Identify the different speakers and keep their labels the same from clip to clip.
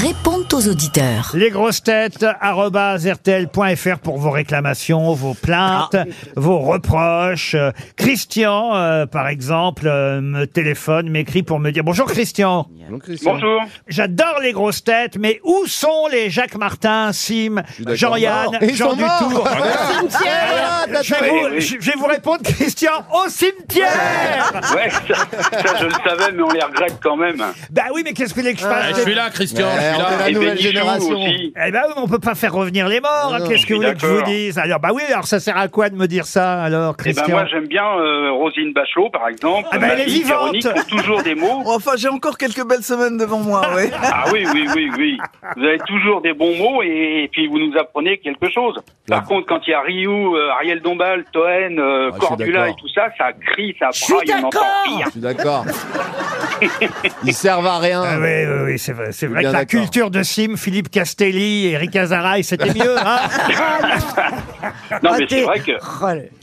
Speaker 1: répondent aux auditeurs.
Speaker 2: Les grosses têtes, rtl.fr pour vos réclamations, vos plaintes, vos reproches. Euh, Christian, euh, par exemple, euh, me téléphone, m'écrit pour me dire Bonjour Christian,
Speaker 3: Bonjour.
Speaker 2: j'adore les grosses têtes, mais où sont les Jacques Martin, Sim, Jean-Yann, Jean Dutour je vais,
Speaker 3: Oui,
Speaker 2: vous,
Speaker 3: oui.
Speaker 2: je je vais vous répondre, Christian, au cimetière
Speaker 3: Ouais, ça, ça, je le savais, mais on les regrette quand même.
Speaker 2: Bah oui, mais qu'est-ce que vous voulez que je
Speaker 4: Eh,
Speaker 2: fasse
Speaker 4: je suis là, Christian. je suis là.
Speaker 3: Et
Speaker 5: nouvelle
Speaker 3: Bénichou
Speaker 5: génération.
Speaker 3: aussi.
Speaker 2: Eh ben, on peut pas faire revenir les morts. hein. Qu'est-ce que vous
Speaker 3: Je suis
Speaker 2: voulez que je vous
Speaker 3: d'accord.
Speaker 2: dise Alors, bah oui, alors ça sert à quoi de me dire ça, alors,
Speaker 3: Eh
Speaker 2: Christian
Speaker 3: ben moi j'aime bien euh, Rosine Bachelot par exemple.
Speaker 2: Ah ben,
Speaker 3: Ma
Speaker 2: elle est
Speaker 3: fille Véronique
Speaker 2: vivante.
Speaker 3: trouve toujours des mots.
Speaker 6: Oh, Enfin, j'ai encore quelques belles semaines devant moi, oui.
Speaker 3: Ah oui oui oui oui. Vous avez toujours des bons mots et, et puis vous nous apprenez quelque chose. Par contre quand il y a Ryu, euh, Ariel Dombal, Toen, euh,
Speaker 5: Ah, je suis
Speaker 3: Cordula et
Speaker 5: d'accord.
Speaker 3: tout ça, ça crie, ça
Speaker 1: suis
Speaker 3: braille, on entend
Speaker 1: d'accord.
Speaker 3: rien.
Speaker 5: Je suis d'accord. Ils servent à rien.
Speaker 2: Ah oui, oui, oui, c'est vrai. C'est vrai que
Speaker 5: bien
Speaker 2: la
Speaker 5: d'accord.
Speaker 2: culture de Sim, Philippe Castelli et Rick Azaraï, c'était mieux. Hein
Speaker 3: Non mais c'est vrai que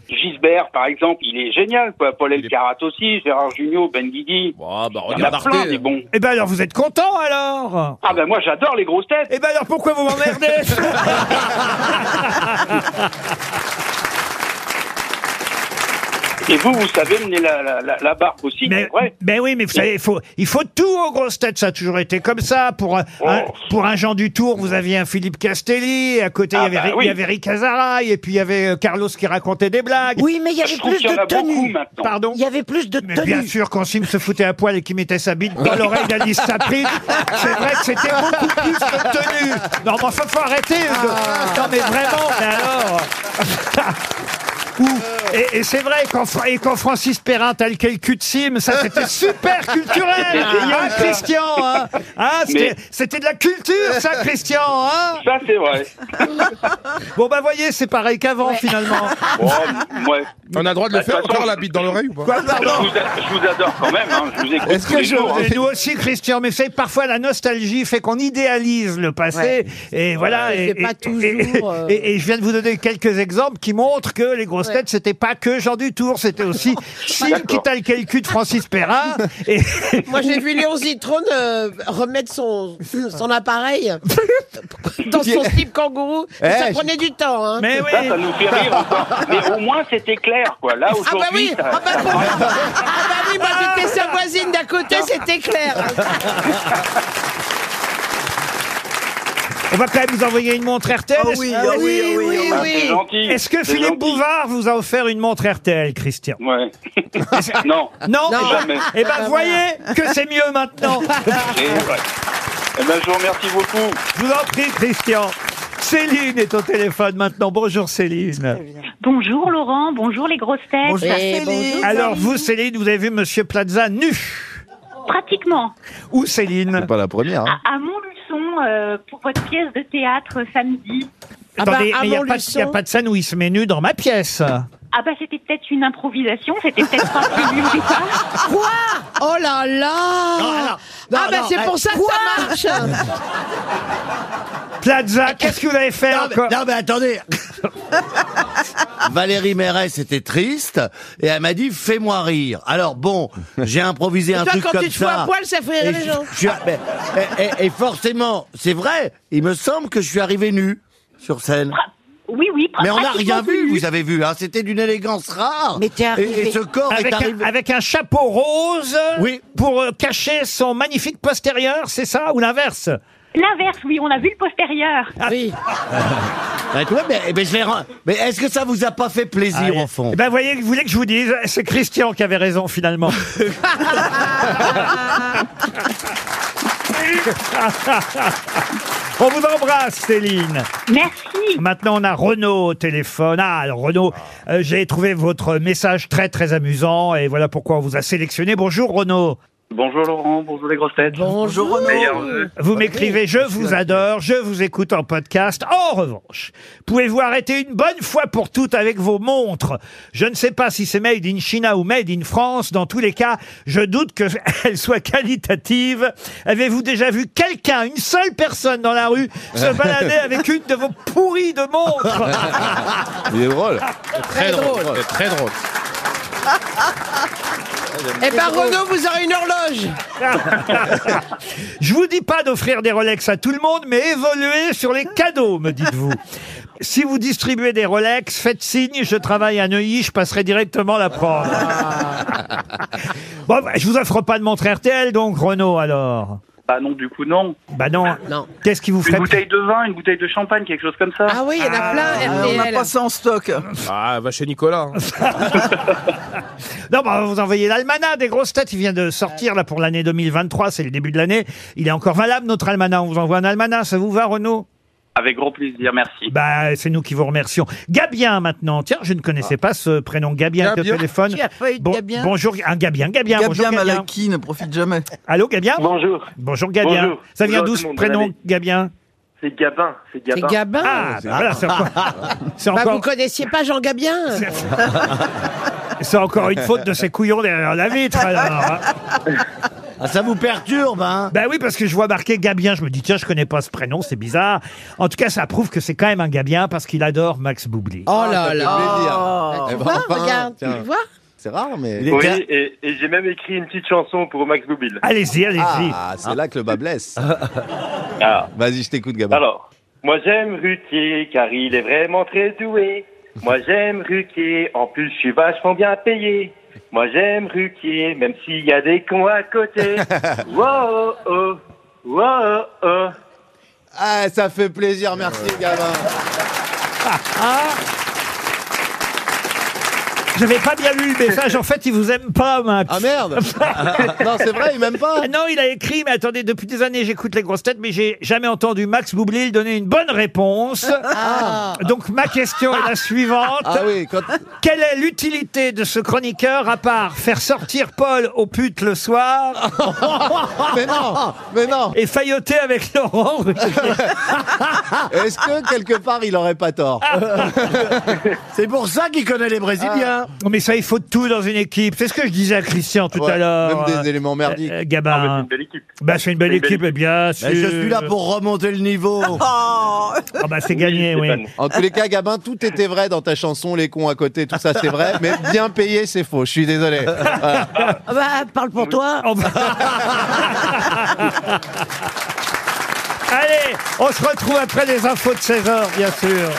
Speaker 3: Gisbert par exemple, il est génial quoi. Paul Elkarat aussi, Gérard Jugnot, Ben Guigui.
Speaker 4: Bon, bah,
Speaker 3: Il y en a
Speaker 4: regarde Arte.
Speaker 3: plein des bons.
Speaker 2: Eh ben alors, vous êtes content alors
Speaker 3: Ah ben moi j'adore les grosses têtes.
Speaker 2: Eh ben alors, pourquoi vous m'emmerdez
Speaker 3: Et vous, vous savez mener la, la, la, la barque aussi,
Speaker 2: mais,
Speaker 3: c'est vrai.
Speaker 2: mais oui, mais vous savez, il faut, il faut tout aux grosses têtes. Ça a toujours été comme ça. Pour un,
Speaker 3: Oh.
Speaker 2: un- pour un Jean Dutour, vous aviez un Philippe Castelli. et À côté, il y
Speaker 3: Ah
Speaker 2: avait,
Speaker 3: bah
Speaker 2: Ri- il
Speaker 3: oui.
Speaker 2: y avait Rick Azaraï. Et puis, il y avait euh, Carlos qui racontait des blagues.
Speaker 7: Oui, mais il y
Speaker 3: Je
Speaker 7: avait
Speaker 3: trouve
Speaker 7: plus
Speaker 3: qu'il y en
Speaker 7: de
Speaker 3: a beaucoup
Speaker 7: tenues.
Speaker 3: maintenant.
Speaker 2: Pardon
Speaker 7: Il y avait plus de
Speaker 2: Mais bien
Speaker 7: tenues.
Speaker 2: sûr, quand Sim se foutait à poil et qu'il mettait sa bite dans l'oreille d'Alice Sapri, c'est vrai que c'était beaucoup plus de tenue. Non, mais enfin, faut arrêter.
Speaker 7: Ah.
Speaker 2: Hugo. Non, mais vraiment, mais alors. Ouh. Et, et c'est vrai, quand, Fra- et quand Francis Perrin t'as le cul de Sim, ça c'était super culturel,
Speaker 3: C'était génial,
Speaker 2: hein,
Speaker 3: ça.
Speaker 2: Christian hein Hein, c'était-
Speaker 3: Mais-
Speaker 2: C'était de la culture, ça, Christian hein
Speaker 3: Ça, c'est vrai.
Speaker 2: Bon, bah voyez, c'est pareil qu'avant, finalement.
Speaker 3: Bon, moi,
Speaker 4: On a le droit de le
Speaker 3: Bah, de
Speaker 4: faire
Speaker 3: toute façon,
Speaker 4: encore la bite hein. dans l'oreille ou pas
Speaker 2: Quoi,
Speaker 3: je,
Speaker 2: pardon
Speaker 3: vous a- je vous adore quand même. Hein. Je vous écoute
Speaker 5: Est-ce
Speaker 3: tous
Speaker 5: que
Speaker 3: les
Speaker 5: je-
Speaker 3: jours. hein.
Speaker 2: Et nous aussi, Christian, mais c'est parfois la nostalgie fait qu'on idéalise le passé. Et voilà.
Speaker 7: Ouais,
Speaker 2: et,
Speaker 7: c'est pas toujours,
Speaker 2: et-
Speaker 7: euh.
Speaker 2: et- et je viens de vous donner quelques exemples qui montrent que les grosses têtes, c'était pas que Jean Dutour, c'était aussi Sim qui t'a le cul de Francis Perrin. Et
Speaker 8: Moi, j'ai vu Léon Zitrone euh, remettre son, son appareil dans son slip kangourou. Et
Speaker 5: Eh,
Speaker 8: ça
Speaker 5: je-
Speaker 8: prenait du temps. Hein.
Speaker 2: mais
Speaker 3: Ça, ça
Speaker 2: oui.
Speaker 3: nous fait rire encore. Mais au moins, c'était clair, quoi. Là,
Speaker 8: Ah bah
Speaker 3: aujourd'hui,
Speaker 8: oui,
Speaker 3: ça-
Speaker 8: ah bah, pour- ah bah oui, moi j'étais sa voisine d'à côté, c'était clair. Ah,
Speaker 2: On va quand même vous envoyer une montre RTL.
Speaker 6: Ah
Speaker 2: Est-ce-
Speaker 6: oui,
Speaker 2: est-ce-
Speaker 6: ah oui, ah oui.
Speaker 3: bah, c'est gentil.
Speaker 2: Est-ce que
Speaker 3: c'est
Speaker 2: Philippe
Speaker 3: gentil.
Speaker 2: Bouvard vous a offert une montre RTL, Christian
Speaker 3: Ouais. non.
Speaker 2: Non,
Speaker 3: Jamais.
Speaker 2: Eh ben, voyez que c'est mieux maintenant.
Speaker 3: Et, ouais. Eh ben, je vous remercie beaucoup.
Speaker 2: Je vous en prie, Christian. Céline est au téléphone maintenant. Bonjour, Céline.
Speaker 9: Bonjour Laurent, bonjour les grosses têtes.
Speaker 6: Bonjour,
Speaker 8: Eh,
Speaker 6: Céline.
Speaker 8: bonjour.
Speaker 2: Alors vous, Céline, vous avez vu Monsieur Plaza nu
Speaker 9: Pratiquement,
Speaker 2: Ou Céline
Speaker 5: C'est pas la première. hein.
Speaker 9: à Montluçon, euh, pour votre pièce de théâtre euh, samedi,
Speaker 8: Ah
Speaker 2: Attendez,
Speaker 8: bah, à
Speaker 2: mais il n'y a, pas de-
Speaker 8: Montluçon.
Speaker 2: y a pas de scène où il se met nu dans ma pièce.
Speaker 9: ah bah c'était peut-être une improvisation, c'était peut-être pas prévu au départ.
Speaker 8: Quoi Oh là là
Speaker 6: non,
Speaker 8: Ah bah
Speaker 6: non,
Speaker 8: c'est
Speaker 6: eh,
Speaker 8: pour ça que ça marche
Speaker 2: Plaza, qu'est-ce que vous allez faire
Speaker 5: Non, mais-
Speaker 2: encore
Speaker 5: non, mais attendez. Valérie Mérès était triste et elle m'a dit fais-moi rire. Alors bon, j'ai improvisé un
Speaker 8: Toi
Speaker 5: truc
Speaker 8: quand
Speaker 5: comme
Speaker 8: tu te fous
Speaker 5: ça.
Speaker 8: à poil, ça fait
Speaker 5: et,
Speaker 8: rire les
Speaker 5: je-
Speaker 8: gens.
Speaker 5: je suis- mais- et- et- et forcément, c'est vrai. Il me semble que je suis arrivé nu sur scène.
Speaker 3: Ah
Speaker 9: Oui, oui, pra-
Speaker 5: Mais on n'a
Speaker 9: pratiquement
Speaker 5: rien vu,
Speaker 9: tenu.
Speaker 5: vous avez vu. Hein. C'était d'une élégance rare.
Speaker 7: Mais t'es
Speaker 5: Et- Et,
Speaker 7: arrivé.
Speaker 5: ce corps
Speaker 2: avec
Speaker 5: est
Speaker 2: un,
Speaker 5: arrivé.
Speaker 2: avec un chapeau rose
Speaker 5: Oui.
Speaker 2: pour euh, cacher son magnifique postérieur, c'est ça Ou l'inverse
Speaker 9: L'inverse, oui, on a vu le postérieur.
Speaker 8: Oui.
Speaker 5: Ouais, tu vois, mais, mais je l'ai ren- mais est-ce que ça vous a pas fait plaisir au fond
Speaker 2: Eh ben voyez, vous voulez que je vous dise, c'est Christian qui avait raison finalement. On vous embrasse, Céline.
Speaker 9: Merci.
Speaker 2: Maintenant, on a Renaud au téléphone. Ah, alors, Renaud, euh, j'ai trouvé votre message très, très amusant et voilà pourquoi on vous a sélectionné. Bonjour, Renaud.
Speaker 3: Bonjour Laurent, bonjour les grosses têtes. euh,
Speaker 6: Bonjour,
Speaker 3: Meilleurs
Speaker 6: Renaud.
Speaker 3: vœux.
Speaker 2: Vous m'écrivez, je vous adore, je vous écoute en podcast. En revanche, pouvez-vous arrêter une bonne fois pour toutes avec vos montres Je ne sais pas si c'est made in China ou made in France. Dans tous les cas, je doute qu'elles soient qualitatives. Avez-vous déjà vu quelqu'un, une seule personne dans la rue, se balader avec une de vos pourries de montres
Speaker 5: Il est drôle.
Speaker 4: Très drôle. c'est Très drôle.
Speaker 8: Eh ben Renaud, vous aurez une horloge
Speaker 2: Je vous dis pas d'offrir des Rolex à tout le monde, mais évoluez sur les cadeaux, me dites-vous. Si vous distribuez des Rolex, faites signe, je travaille à Neuilly, je passerai directement la prendre. bon, bah, je vous offre pas de montre RTL, donc, Renaud, alors.
Speaker 3: Bah non, du coup, Ah, non.
Speaker 2: Bah non.
Speaker 8: Non.
Speaker 2: Qu'est-ce qui vous
Speaker 3: Une
Speaker 2: ferait
Speaker 3: bouteille de vin, une bouteille de champagne, quelque chose comme ça.
Speaker 8: Ah oui, il y en a plein,
Speaker 6: Ah, on n'a
Speaker 8: RTL.
Speaker 6: pas ça en stock.
Speaker 4: Ah, va chez Nicolas. hein.
Speaker 2: Non, bah, vous envoyez l'almanach des grosses têtes. Il vient de sortir là pour l'année 2023. C'est le début de l'année. Il est encore valable notre almanach. On vous envoie un almanach. Ça vous va, Renaud
Speaker 3: Avec grand plaisir, merci.
Speaker 2: Bah, c'est nous qui vous remercions. Gabien maintenant. Tiens, je ne connaissais pas ce prénom Gabien, avec le
Speaker 4: Gabien.
Speaker 2: téléphone.
Speaker 8: Tu as pas eu de Gabien
Speaker 2: Bonjour, un Gabien, Gabien. bonjour
Speaker 6: Gabien
Speaker 2: Gabien.
Speaker 6: Malaki ne profite jamais.
Speaker 2: Allô Gabien.
Speaker 10: Bonjour,
Speaker 2: Bonjour Gabien.
Speaker 10: Bonjour.
Speaker 2: Ça vient
Speaker 10: Bonjour
Speaker 2: d'où
Speaker 10: tout
Speaker 2: ce
Speaker 10: le monde,
Speaker 2: prénom
Speaker 10: bonne année.
Speaker 2: Gabien
Speaker 10: c'est Gabin, c'est
Speaker 8: C'est
Speaker 10: Gabin.
Speaker 8: Gabin.
Speaker 2: Ah, bah, voilà, c'est encore, c'est
Speaker 8: Bah,
Speaker 2: encore,
Speaker 8: vous connaissiez pas Jean Gabien
Speaker 2: c'est encore une faute de ces couillons derrière la vitre. alors, hein.
Speaker 5: Ah, ça vous perturbe, hein
Speaker 2: Ben oui, parce que je vois marqué Gabien. Je me dis, tiens, je connais pas ce prénom, c'est bizarre. En tout cas, ça prouve que c'est quand même un Gabien parce qu'il adore Max Boublil.
Speaker 5: Oh là
Speaker 4: Ah,
Speaker 8: Tu
Speaker 5: Eh ben,
Speaker 8: vois,
Speaker 5: enfin,
Speaker 8: regarde, tu
Speaker 5: tiens.
Speaker 8: vois
Speaker 5: C'est rare, mais...
Speaker 10: Oui, et, et j'ai même écrit une petite chanson pour Max Boublil.
Speaker 2: Allez-y, allez-y.
Speaker 4: ah, c'est là que le bas blesse.
Speaker 10: Ah.
Speaker 4: Vas-y, je t'écoute, Gabin.
Speaker 10: Alors, moi j'aime Ruquier car il est vraiment très doué. Moi j'aime Ruquier, en plus je suis vachement bien payé. Moi j'aime Ruquier, même s'il y a des cons à côté. Wow, oh, oh, wow, oh, oh.
Speaker 4: Ah, ça fait plaisir, merci, Gabin.
Speaker 2: J'avais pas bien lu le message. En fait, il vous aime pas, Max.
Speaker 4: Ah merde Non, c'est vrai, il m'aime pas.
Speaker 2: Ah non, il a écrit, mais attendez, depuis des années, j'écoute les grosses têtes, mais j'ai jamais entendu Max Boublil donner une bonne réponse. Ah. Donc, ma question est la suivante.
Speaker 4: Ah oui, quand...
Speaker 2: Quelle est l'utilité de ce chroniqueur à part faire sortir Paul au pute le soir
Speaker 4: Mais non Mais non
Speaker 2: et failloter avec Laurent
Speaker 4: Est-ce que quelque part il aurait pas tort
Speaker 5: C'est pour ça qu'il connaît les Brésiliens.
Speaker 8: Ah.
Speaker 2: Non, mais ça, il faut de tout dans une équipe. C'est ce que je disais à Christian tout
Speaker 4: Ouais,
Speaker 2: à l'heure.
Speaker 4: Même des
Speaker 2: euh,
Speaker 4: éléments merdiques.
Speaker 2: euh,
Speaker 10: Ah, mais c'est
Speaker 2: Gabin.
Speaker 10: une belle équipe.
Speaker 2: Bah, c'est une belle
Speaker 10: c'est une belle
Speaker 2: équipe, eh bien sûr.
Speaker 5: Mais je suis là pour remonter le niveau.
Speaker 6: Oh,
Speaker 2: Ah bah, c'est gagné, oui.
Speaker 10: Stéphane.
Speaker 4: En tous les cas, Gabin, tout était vrai dans ta chanson, les cons à côté, tout ça c'est vrai, mais bien payé c'est faux, je suis désolé. Voilà.
Speaker 8: Ah Bah, parle pour toi.
Speaker 2: On va- Allez, on se retrouve après les infos de 16h, bien sûr.